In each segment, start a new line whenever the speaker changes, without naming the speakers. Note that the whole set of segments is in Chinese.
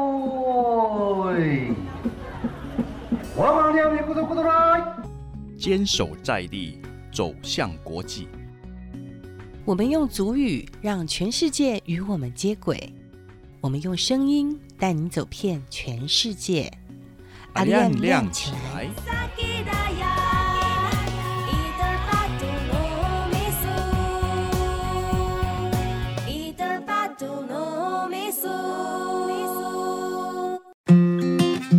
おーい我往两里咕嘟咕嘟来。
坚守在地，走向国际。
我们用足语让全世界与我们接轨，我们用声音带你走遍全世界。
阿
里亚
亮
你
亮
亮
起
起
来！
先だよイタパトのミスイタパトのミス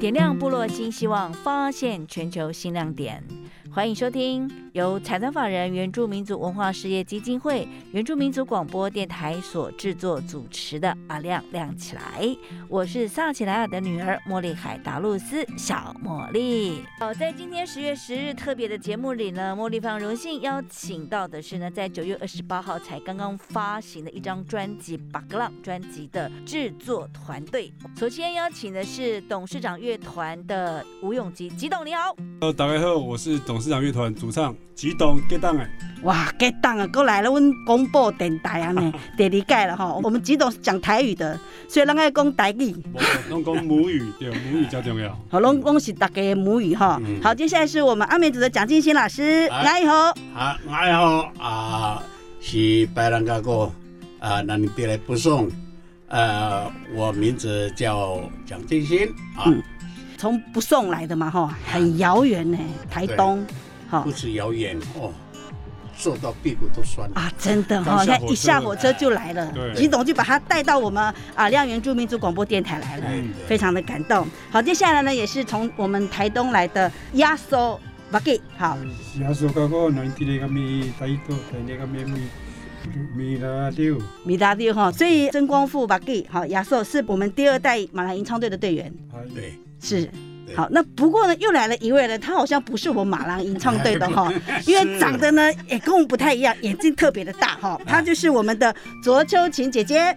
点亮部落新希望，发现全球新亮点。欢迎收听由财团法人原住民族文化事业基金会原住民族广播电台所制作主持的《阿亮亮起来》，我是萨奇莱尔的女儿茉莉海达露丝小茉莉。好，在今天十月十日特别的节目里呢，茉莉非常荣幸邀请到的是呢，在九月二十八号才刚刚发行的一张专辑《巴格浪》专辑的制作团队。首先邀请的是董事长乐团的吴永吉，吉董你好。
呃，大家好，我是董事长乐团主唱吉董 g e 哎，
哇，该当啊，过来了，阮广播电台啊 呢，第二届了吼。我们吉董是讲台语的，所以咱爱讲台语，
我拢讲母语， 对，母语较重要。
好，拢拢是大家的母语哈。
嗯
好，接下来是我们阿美族的蒋进新老师，
哎
来以后
啊，我好啊，是白兰嘎哥啊，那你别来不送。呃，我名字叫蒋进新啊，
嗯从不送来的嘛哈，
哎
很遥远呢，台东，好
不止遥远哦，坐到屁股都酸了。
啊，真的哈，
刚下
那
火车
一下火车就来了
对，
吉董就把他带到我们啊亮原住民族广播电台来了。
嗯，
非常的感动。好，接下来呢，也是从我们台东来的亚索巴给，好，
亚索嘎哥，南地那个咪，台多，台那个咪咪咪拉丢。
米达蒂哈，所以曾光富巴给，好，亚索是我们第二代马来吟唱队的队员，
对，
是
对。
好，那不过呢，又来了一位呢，他好像不是我们马郎吟唱队的哈，因为长得呢也跟我们不太一样，眼睛特别的大哈，他就是我们的卓秋琴姐姐。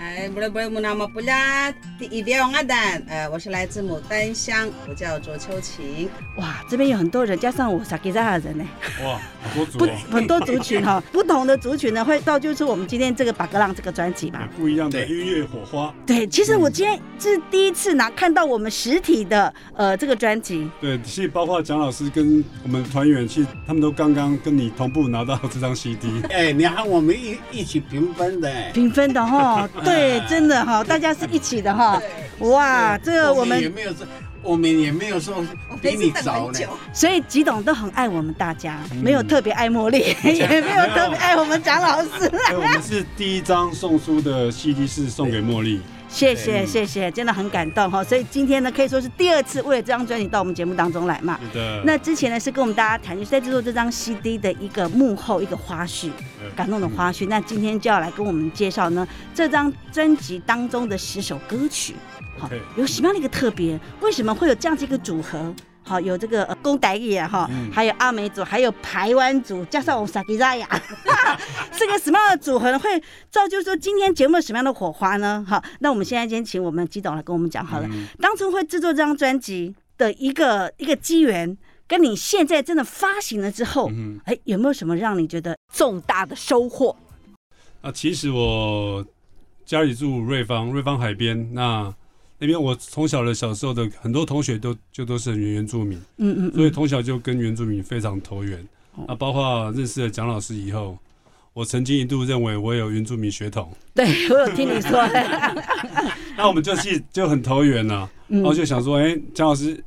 哎，不啦不啦，木那么不啦，第一遍我蛋，呃，我是来自牡丹乡，我叫卓秋晴。
哇，这边有很多人，加上我萨吉扎的人呢，
哇，好多组
不
哦，
很多族群哈，不同的族群呢会造就出我们今天这个《巴格浪》这个专辑嘛
有。不一样的
对
音乐火花。
对，其实我今天这是第一次拿看到我们实体的呃这个专辑，
对，其实包括蒋老师跟我们团员，其实他们都刚刚跟你同步拿到这张 CD。
哎，你和我们一一起平分的，
评分的 哈，对，真的哈，大家是一起的哈，哇，啊这个我
也
们
没有说，我们也没有说
我
比
飞
你
机等
早
很
呢。
久，
所以吉董都很爱我们大家，没有特别爱茉 莉，也没有特别爱我们蒋老师，
哎，我们是第一张送书的 CD 是送给茉莉，
谢谢谢谢，真的很感动哈，所以今天呢可以说是第二次为了这张专辑到我们节目当中来嘛。
是的。
那之前呢是跟我们大家谈，就是在制作这张 CD 的一个幕后一个花絮，感动的花絮。那今天就要来跟我们介绍呢这张专辑当中的十首歌曲，好
OK
有什么样的一个特别？为什么会有这样子一个组合？好，有这个呃公仔语啊哈，
嗯
还有阿美组，还有台湾组，加上我们萨吉拉雅， 是个什么样的组合呢？会造就说今天节目有什么样的火花呢？好，那我们现在先请我们基董来跟我们讲好了。
嗯
当初会制作这张专辑的一个一个机缘，跟你现在真的发行了之后，
嗯
哎、有没有什么让你觉得重大的收获？
啊，其实我家里住瑞芳，瑞芳海边，那那边我从小的小时候的很多同学都就都是原原住民，
嗯嗯
所以从小就跟原住民非常投缘。啊，包括认识了蒋老师以后，我曾经一度认为我有原住民血统，
对我有听你说，
那我们就是就很投缘呐、
嗯
然后就想说，哎、蒋老师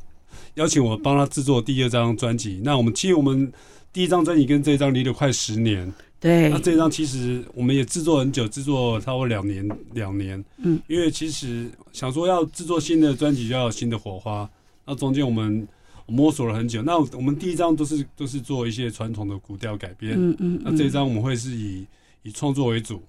邀请我帮他制作第二张专辑，那我们其实我们第一张专辑跟这张离了快十年，
对
那这张其实我们也制作很久，制作差不多两年，两年。
嗯，
因为其实想说要制作新的专辑，就要有新的火花。那中间我们摸索了很久。那我们第一张都是都是做一些传统的古调改编，
嗯嗯
那这一张我们会是以以创作为主。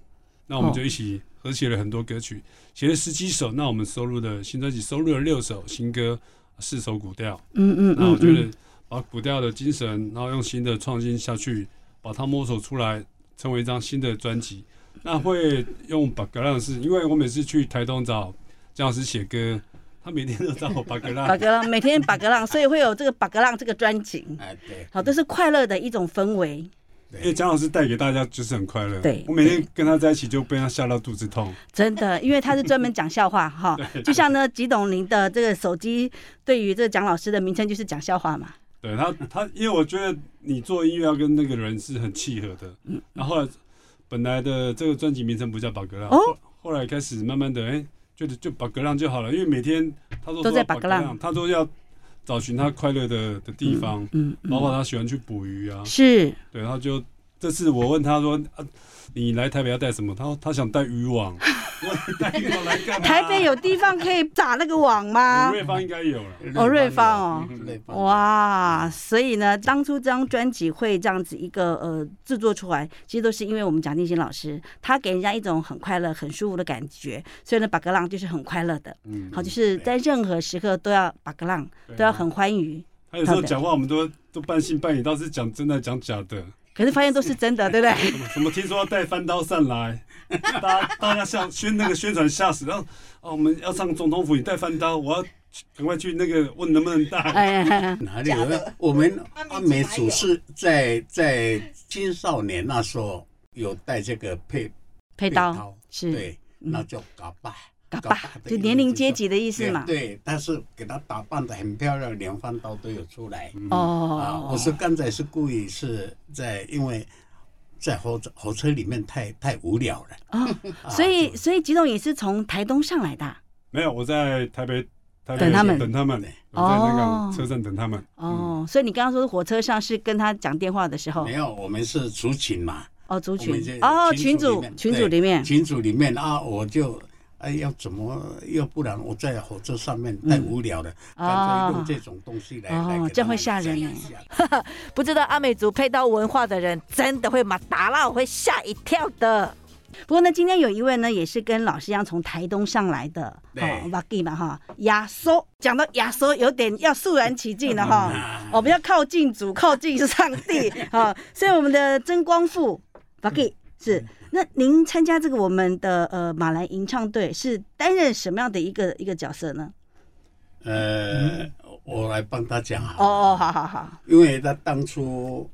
那我们
哦
就一起合写了很多歌曲，写了十七首。那我们收录的新专辑收录了六首新歌，四首古调。
嗯嗯
那我觉得把古调的精神，然后用新的创新下去，把它摸索出来，成为一张新的专辑。那会用把格浪是，因为我每次去台东找姜老师写歌，他每天都找我巴格
巴
拉，
格嗯浪每天巴格浪，所以会有这个巴格浪这个专辑，
哎，对，
好，这是快乐的一种氛围。
因为哎蒋老师带给大家就是很快乐。
对
我每天跟他在一起就被他吓到肚子痛。
真的，因为他是专门讲笑话哈，就像呢，吉董林的这个手机对于这个蒋老师的名称就是讲笑话嘛，
对他，他因为我觉得你做音乐要跟那个人是很契合的。
嗯
然后后来本来的这个专辑名称不叫巴格拉，
哦
后后来开始慢慢的，哎，觉得就巴格浪就好了，因为每天他都
都在
巴
巴
格
格
浪，
浪
他都要找寻他快乐的的地方，
嗯，嗯
包括他喜欢去捕鱼啊，
是
对，然后就这次我问他说、啊，你来台北要带什么？他说他想带渔网， 我带渔网来干嘛？
台北有啊地方可以打那个网吗
吴？瑞芳应该啊有了，
哦，瑞芳哦，
嗯瑞芳，
哇！所以呢，当初这张专辑会这样子一个呃制作出来，其实都是因为我们蒋定新老师，他给人家一种很快乐、很舒服的感觉。所以呢，巴格浪就是很快乐的，
嗯
好，就是在任何时刻都要巴格浪，
对
都要很欢愉。
他有时候讲话我们都都半信半疑，倒是讲真的讲假的，
可是发现都是真 的，对不对？
什 么什么听说要带翻刀扇来， 大家大家像宣那个宣传吓死，然后哦我们要上总统府，你带翻刀，我要去赶快去那个问能不能 带，
哎，
哪里有？我们阿美族是在在青少年那时候有带这个配
佩刀是嗯
对，那叫嘎巴，
嘎巴，就年龄阶级的意思嘛。
对，但是给他打扮的很漂亮，连翻刀都有出来。啊，
哦
我，是刚才是故意是在因为在火车火车里面太太无聊了，
哦，所以所以吉董也是从台东上来的啊
没有，我在台北。台北
等他们
等他们，我在那个车站等他们。
哦，所以你刚刚说火车上是跟他讲电话的时候
没。有，我们是族群嘛，
哦，族
我们
群
这
哦，
群
群
组
主群组
里面
里面
群组里面啊，我就哎要怎么，要不然我在火车上面太无聊了，干脆用
哦
这种东西来
哦
来给
这样
他
会
们
吓人
讲
欸
一下
不知道阿美族配刀文化的人真的会马达拉，我会吓一跳的。
不过呢，今天有一位呢，也是跟老师一样从台东上来的，
对
哦 v a g i 嘛哈，亚索。讲到亚索，有点要肃然起敬了 哈，我们要靠近主，靠近上帝 啊、哦所以我们的曾光富 v a g i 是。那您参加这个我们的呃马来吟唱队是担任什么样的一个一个角色呢？嗯
呃，我来帮他讲好了。
哦哦，好好 好，
因为他当初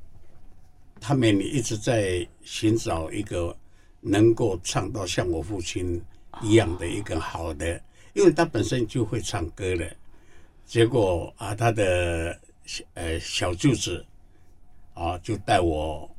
他们一直在寻找一个能够唱到像我父亲一样的一个好的，因为他本身就会唱歌了。结果啊，他的小呃小舅子啊，就带我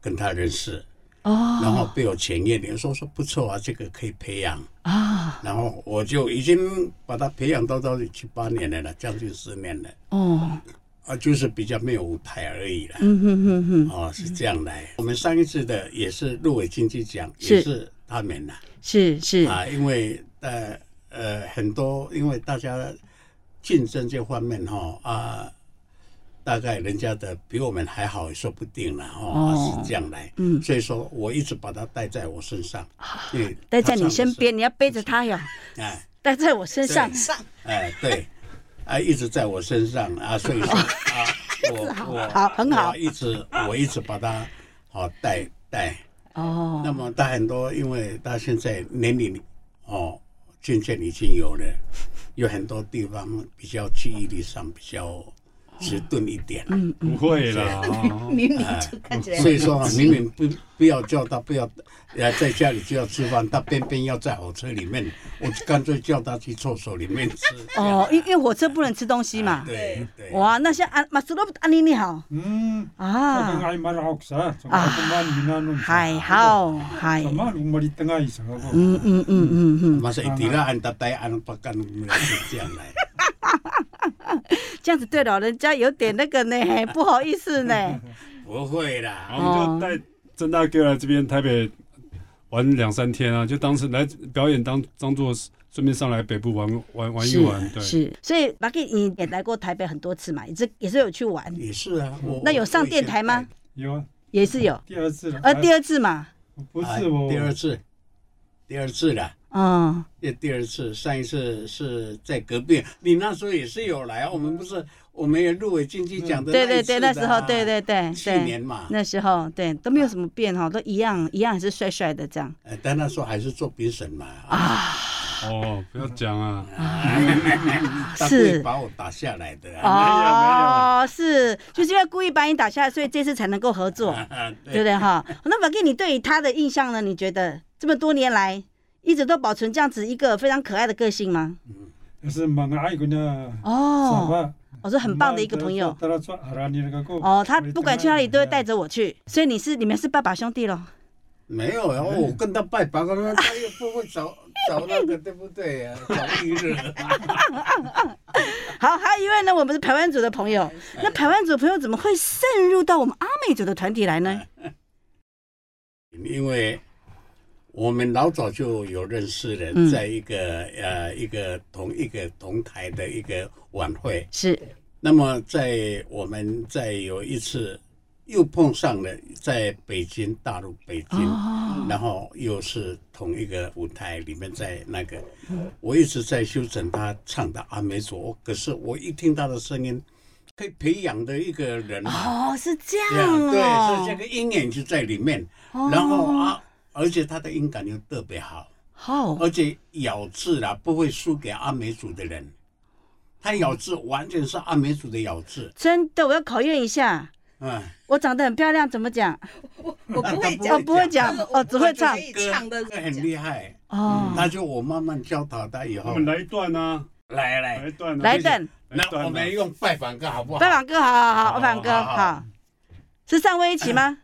跟他认识。哦，然后被我前一年说说不错啊，这个可以培养啊，然后我就已经把他培养到到七八年了了，将近十年了。
哦，
啊，就是比较没有舞台而已啦。
嗯哼哼哼，
哦，是这样来。我们上一次的也是入围金鸡奖，
是
也是他们啦。
是是，
啊，因为呃呃很多，因为大家竞争这方面哈啊，大概人家的比我们还好也说不定了哈、
哦
啊是这样来。
嗯
所以说我一直把它带在我身上，因为
待在你身边，
他
你要背着他呀，
唱的是。哎
待在我身上
对。哎，对，啊，一直在我身上啊，所以说啊， 我我
哦好很好
我一直我一直把它好带带。
哦，
那么他很多，因为他现在年龄哦，渐渐已经有了，有很多地方比较记忆力上比较迟钝一点。嗯，
不会 啦，哦
明明嗯就看起来，
所以说明明不不要叫他不要，呃，在家里就要吃饭，他偏偏要在火车里面，我就干脆叫他去厕所里面吃。这样
哦，因因为火车不能吃东西 嘛。
啊对对。
哇，那像安马斯洛安妮你好
嗯，
啊，
ai mara oksa, sama teman minanun.
还好还，
Sama rumah di tengah isa ko.
嗯嗯嗯嗯嗯，
masa itilaan tatayaan pa ka ng mga Kristiyan na.
这样子对老人家有点那个 呢，不好意思 呢。
不会
然
啦，
后我们就
哦
带郑大哥来这边台北玩两三天啊，就当时来表演当当做顺便上来北部玩玩玩一玩，对，
是，所以马 k 你也来过台北很多次嘛，也是也是有去玩，
也是啊。我哎
那有上电台吗？
有啊
也是有，
第二次了，哎
呃，第二次嘛，
不
我也
哎
是
哦
是带
我
第二次，第二次啦，
嗯，
这第二次，上一次是在隔壁，你那时候也是有来啊，我们不是我们也入围金鸡奖的
对
一
对嗯
次
对，
的啊
那时候对对对
去年
对，
嘛，
那时候对都没有什
哎
么变哈，都一样一样，还是帅帅的这样。
呃但那时候还是做评审嘛啊，
哦，不要讲啊，
啊他故意把我打下来的 啊，
哦，是，就是因为故意把你打下来，所以这次才能够合作，
啊
对不对哈？那法给你对于他的印象呢？你觉得这么多年来一直都保存这样子一个非常可爱的个性吗？
그래서 망아이구나
哦，
사바
我说很棒的一个朋友
따라서 아란이라고
哦，他不管去哪里都会带着我去，所以你是你们是爸爸兄弟喽？
没有啊，我跟他拜把他他又不会找找那个，对不对啊？找一日，
好，还有一位呢，我们是台湾组的朋友，那台湾组朋友怎么会渗入到我们阿美组的团体来呢？
因为我们老早就有认识
嗯
人，在一个、呃一个同一个同台的一个晚会，
是
那么在我们在有一次又碰上了，在北京大陆北京，
哦
然后又是同一个舞台里面在那个，
嗯
我一直在修整他唱的阿美族，可是我一听他的声音，可以培养的一个人啊，
哦，是这
这
样
样对，
哦
所以，这个鹰眼就在里面，然后啊，而且他的音感又特别好。
好
而且咬字啊不会输给阿美族的人，他咬字完全是阿美族的咬字，
真的，我要考验一下。
嗯，
我长得很漂亮，怎么讲？
我我不会
他
讲，
不会讲
但是
哦只会唱
我可以唱的
这很厉害。
哦，
那就我慢慢教导他以
哦我
后，
们来一段啊，
来
来
来
一，段啊，来
哎来等，
一段啊
那我们用拜访歌好不好？
拜访哥，好好好，
好
拜访哥，
好好
好，是上位一起吗？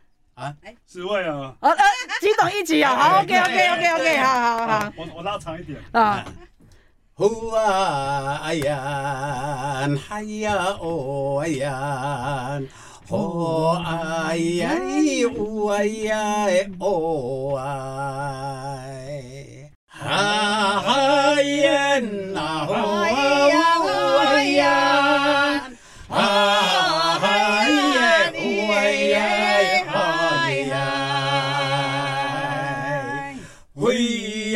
四位啊，
哦，呃，几董一起啊，好
哎
，OK OK OK OK，好好好
我我拉长一点，
啊，
هو أيان حيا أيان هو أيان ويا أوي هايان هو أيان هايان ويا أوي 喂呀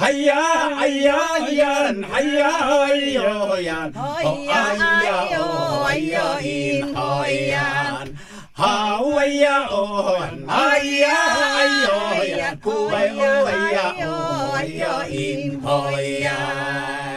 هيا هيا هيا هيا هيا هيا هيا أو هيا إن هيا هاو هيا أو هيا هيا هيا هو هيا أو هيا إن هيا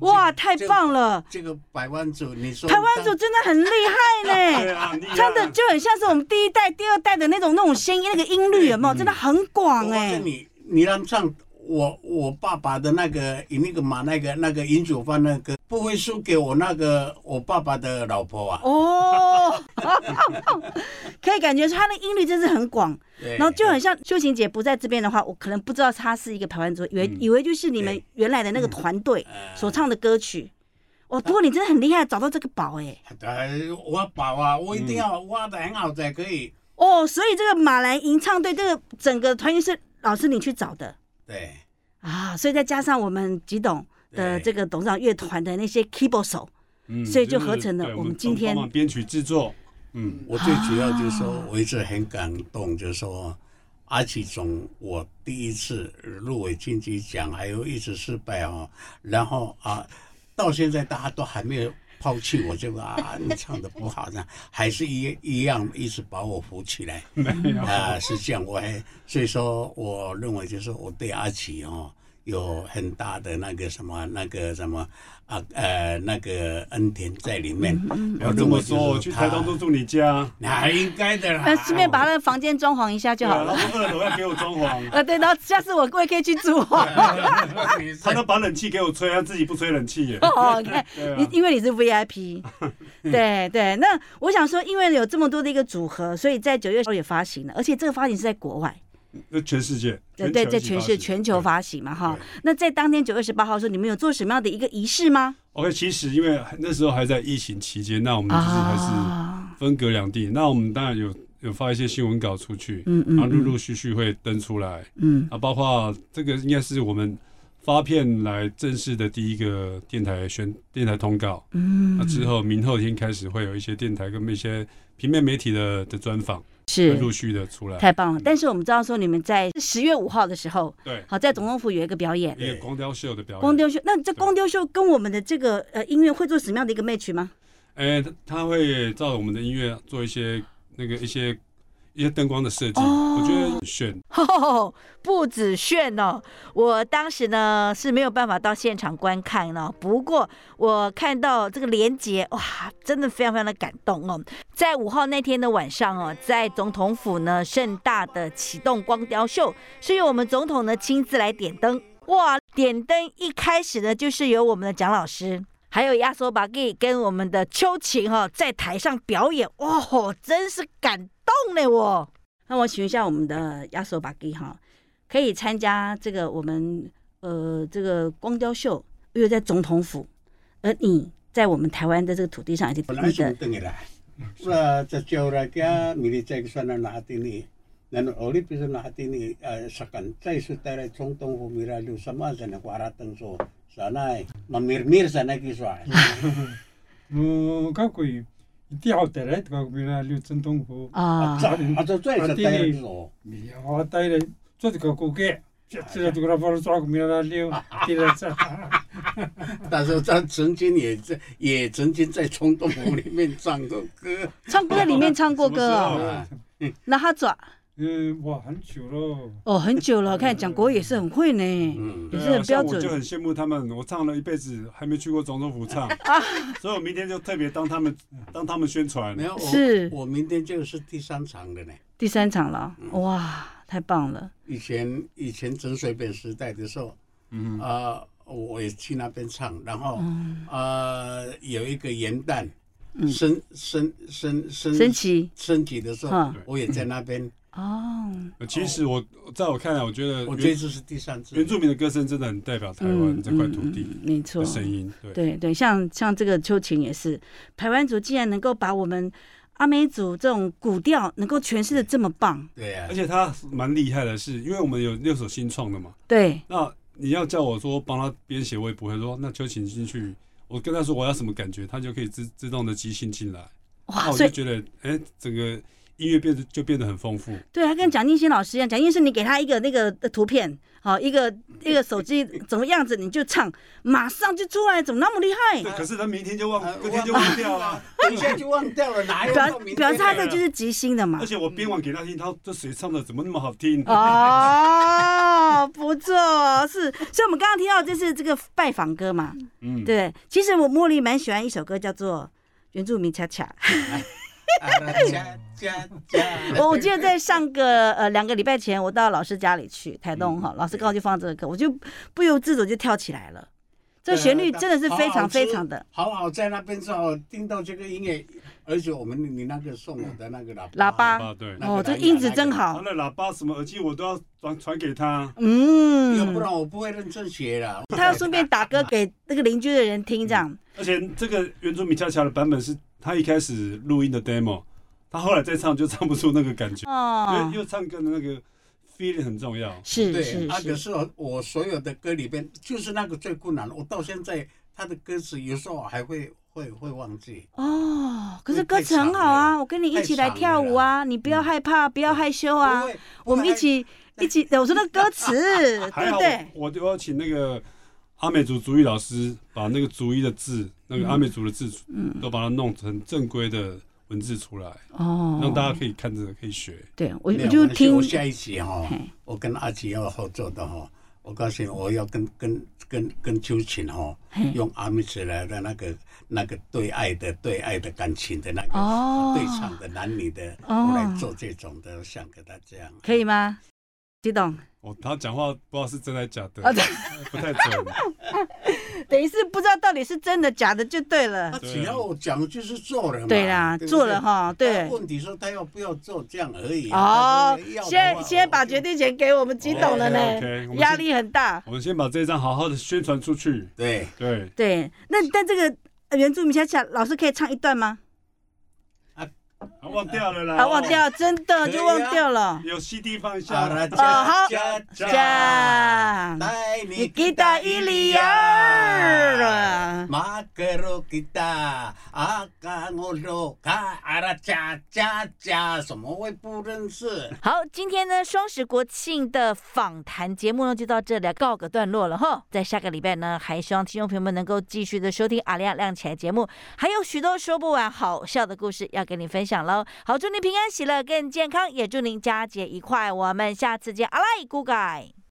哇，太棒了！
这个百万组，你说
台湾组真的很厉害
对
呢，
啊，很厉害
唱的就很像是我们第一代、第二代的那种那种声音，那个音律有没有？真的很广
哦
我告
哎
诉，你，你让唱我我爸爸的那个那个嘛那个那个饮酒饭那个不会输给我那个我爸爸的老婆啊。
哦， 可以感觉出他的音律真是很广。
对
然后就很像秀琴姐不在这边的话，我可能不知道她是一个台湾组，以为、
嗯
以为就是你们
对
原来的那个团队
嗯
所唱的歌曲。
嗯
哇，不过你真的很厉害，找到这个宝哎、
呃，我爸爸我一定要挖的很好才可以。
哦，所以这个马来吟唱队这个整个团员是老师你去找的
对
啊，所以再加上我们吉董的
对
这个董事长乐团的那些 keyboard 手，
嗯
所以就合成了
对
我
我
们今天
帮忙编曲制作，嗯，
我最主要就是说，我一直很感动，就是说。阿奇总，我第一次入围金鸡奖，还有一直失败哦。然后啊，到现在大家都还没有抛弃我，这个啊，你唱的不好呢，还是一一样一直把我扶起来。
没有，
啊，是这样，我还所以说，我认为就是我对阿奇哦有很大的那个什么那个什么啊呃那个恩典在里面。
不
我
要这
认为
么
就是
说，嗯我去台东都住你家，
那、应该的啦。
呃，顺便 把他的房间装潢一下就
啊对
好
啊，然
了。
后二楼要给我装潢，
呃，对，然后下次我我也可以去 住
啊
哦。
他都把冷气给我吹，他自己不吹冷气 耶，
哦，你看，
对
你
啊，
因为你 是 VIP，对对。那我想说，因为有这么多的一个组合，所以在九月时候也发行了，而且这个发行是在国外，
那全世界，
对对，
球
这
一起
全
发
是
行
全球
对
发行嘛哈。那在当天九月十八号的时候，你们有做什么样的一个仪式吗？
OK，其实因为那时候还在疫情期间，那我
啊
们就是还是分隔两地。那我们当然有有发一些新闻稿出去，
嗯嗯
然后陆陆续续会登出来。
嗯
啊，包括这个应该是我们发片来正式的第一个电台宣电台通告。
嗯
那之后明后天开始会有一些电台跟一些平面媒体的的专访，会
是
陆续的出来。
太棒了。但是我们知道说你们在十月五号的时候，
对，
好在总统府有一个表演。
一个光雕秀的表演。
光雕秀，那这光雕秀跟我们的这个呃音乐会做什么样的一个 match 吗？
哎、他他会照我们的音乐做一些那个一些一些灯光的设计，
哦
我觉得很炫。
哦，不止炫哦！我当时呢是没有办法到现场观看哦，不过我看到这个连结，哇，真的非常非常的感动哦。在五号那天的晚上哦，在总统府呢盛大的启动光雕秀，是由我们总统呢亲自来点灯。哇，点灯一开始呢，就是由我们的蒋老师。还有亚索巴给跟我们的秋晴哈、哦、在台上表演，哇、哦，真是感动呢！我
那我请问一下我们的亚索巴基哈，可以参加这个我们呃这个光雕秀，因为在总统府，而你在我们台湾的这个土地上已经
本来
你
想
的
等啦，那这叫那个米利在算那哪地呢？那奥利比是哪地呢？呃，啥干？再是带来中东和米拉六什么在那瓜拉等说，啥那？那米米啥那个说？哦
Ну, как и идиотерет, как бы на людям тонко.
啊
这啊，这再是带来说，
Я тайре, что ты как уке? Сейчас ты графар срок мира лил,
啊
ты леца.
但是他曾经也在也曾经在中东湖里面唱过 歌。
唱歌在里面唱过歌
什么时
哦，
候
啊
那他转
呃
哇，很久了。
哦很久了，看讲国语也是很会呢，
嗯
也
嗯，
对
是很
啊，
标
像我就
准
很羡慕他们，我唱了一辈子还没去过总统府 唱，
啊
所以我明天就特别当他们当他们宣传
没。有我
是
我明天就是第三场的呢。
第三场了，
嗯
哇，太棒了，
以前以前整水本时代的时候，
嗯，
啊，我也去那边唱，然后
嗯
呃，有一个元旦
嗯，
升升升
嗯
升
神奇
升级的时候
嗯，
我也在那边。
哦，
其实我在我看来，我觉得
我这
原
次是第三次，
嗯原住民的歌声真的很代表台湾
嗯
这块土
嗯
地
嗯没错
的，声音。对，
对对，像像这个秋琴也是，台湾族竟然能够把我们阿美族这种古调能够诠释的这么棒，
对啊呀
而，且他蛮厉害的是，因为我们有六首新创的嘛，
对，
那你要叫我说帮他编写，我也不会说。那就请进去，我跟他说我要什么感觉，他就可以自自动的即兴进来。那
哇，
我
啊所
就觉
以
得，哎、整个音乐变得就变得很丰富。
对他跟蒋劲新老师一样，蒋劲新你给他一个那个呃图片，好、一个一个手机怎么样子你就唱，马上就出来，怎么那么厉
对，
害？
可是他明天就忘，
啊
隔天就忘掉 啊。
一下就忘掉了，哪有
表
到 明
表
天
示他的就是即兴的嘛
而。且我编完给他听，他这谁唱的怎么那么好听？
啊哦，不错哦，是，所以我们刚刚听到这是这个拜访歌嘛，
嗯，
对，其实我茉莉蛮喜欢一首歌叫做《原住民恰恰》。
啊加加加，
我我记得在上个呃两个礼拜前，我到老师家里去台东哈，老师刚好就放这个歌，我就不由自主就跳起来了。这旋律真的是非常非常的
好好在那边唱，我听到这个音乐，而且我们你那个送我的那个喇
喇叭
啊对，
好
哦，
吃
这音质真
他
好。
的喇叭什么耳机我都要传传给他。
要不
嗯，
然我不会认真学了。
他要顺便打歌给那个邻居的人
嗯
听，这样
而且这个原住民恰恰的版本是他一开始录音的 demo，他后来再唱就唱不出那个感觉，
哦
因为，又唱歌的那个 feeling 很重要。
是
对，
是
啊，可
是，
是我我所有的歌里边，就是那个最困难。我到现在他的歌词有时候我还会会会忘记。
哦，可是
因为
歌
太
词很
长
好啊，
了
我跟你一起来
太长了嗯
跳舞啊，你不要害怕，不要害羞啊
不会，
我们一 起一起，我说那个歌词对
还
不
好
对？
我我要请那个阿美族族语老师把那个族语的字，那个阿美族的字
嗯，
都把它弄成正规的文字出来，
哦，
让大家可以看着可以学。
对我
没
我
有
就
关系
听
我下一集哈、
嘿
我跟阿吉要合作的哈、我告诉你，我要跟跟跟跟秋琴哈、
嘿
用阿密斯来的那个那个对爱的对爱的感情的那个、
哦
对唱的男女的，
哦
我来做这种的，想给他这样。
可以吗？激动，
哦，他讲话不知道是真的假的
啊对，
不太 准。
等于是不知道到底是真的假的就对
他
了。
只要我讲就是做了嘛，
对啦，
嗯对不对
做了哈，对。
问题说他要不要做这样而已。啊
哦
他说要，的话
现在现在把
我就哦
决定权给我们激动了呢
OK，OK，我，们
压力很大。
我们先把这一张好好的宣传出去。
对，
对，
对，那但这个呃原住民恰恰老师可以唱一段吗？
好啊忘掉了啦，
啊，忘掉，真的
可以啊
就忘掉了。
有 CD 放
好了，
下，
啊好
加加加，
加，
带
你
你
给他一粒儿。
马格罗吉达阿嘎我罗卡阿拉加加加，怎么会不认识？
好，今天呢，双十国庆的访谈节目呢，就到这里告个段落了哈。在下个礼拜呢，还希望听众朋友们能够继续的收听阿亮亮起来节目，还有许多说不完好笑的故事要跟你分享喽。好，祝您平安喜乐，更健康，也祝您佳节愉快。我们下次见，阿赖 g o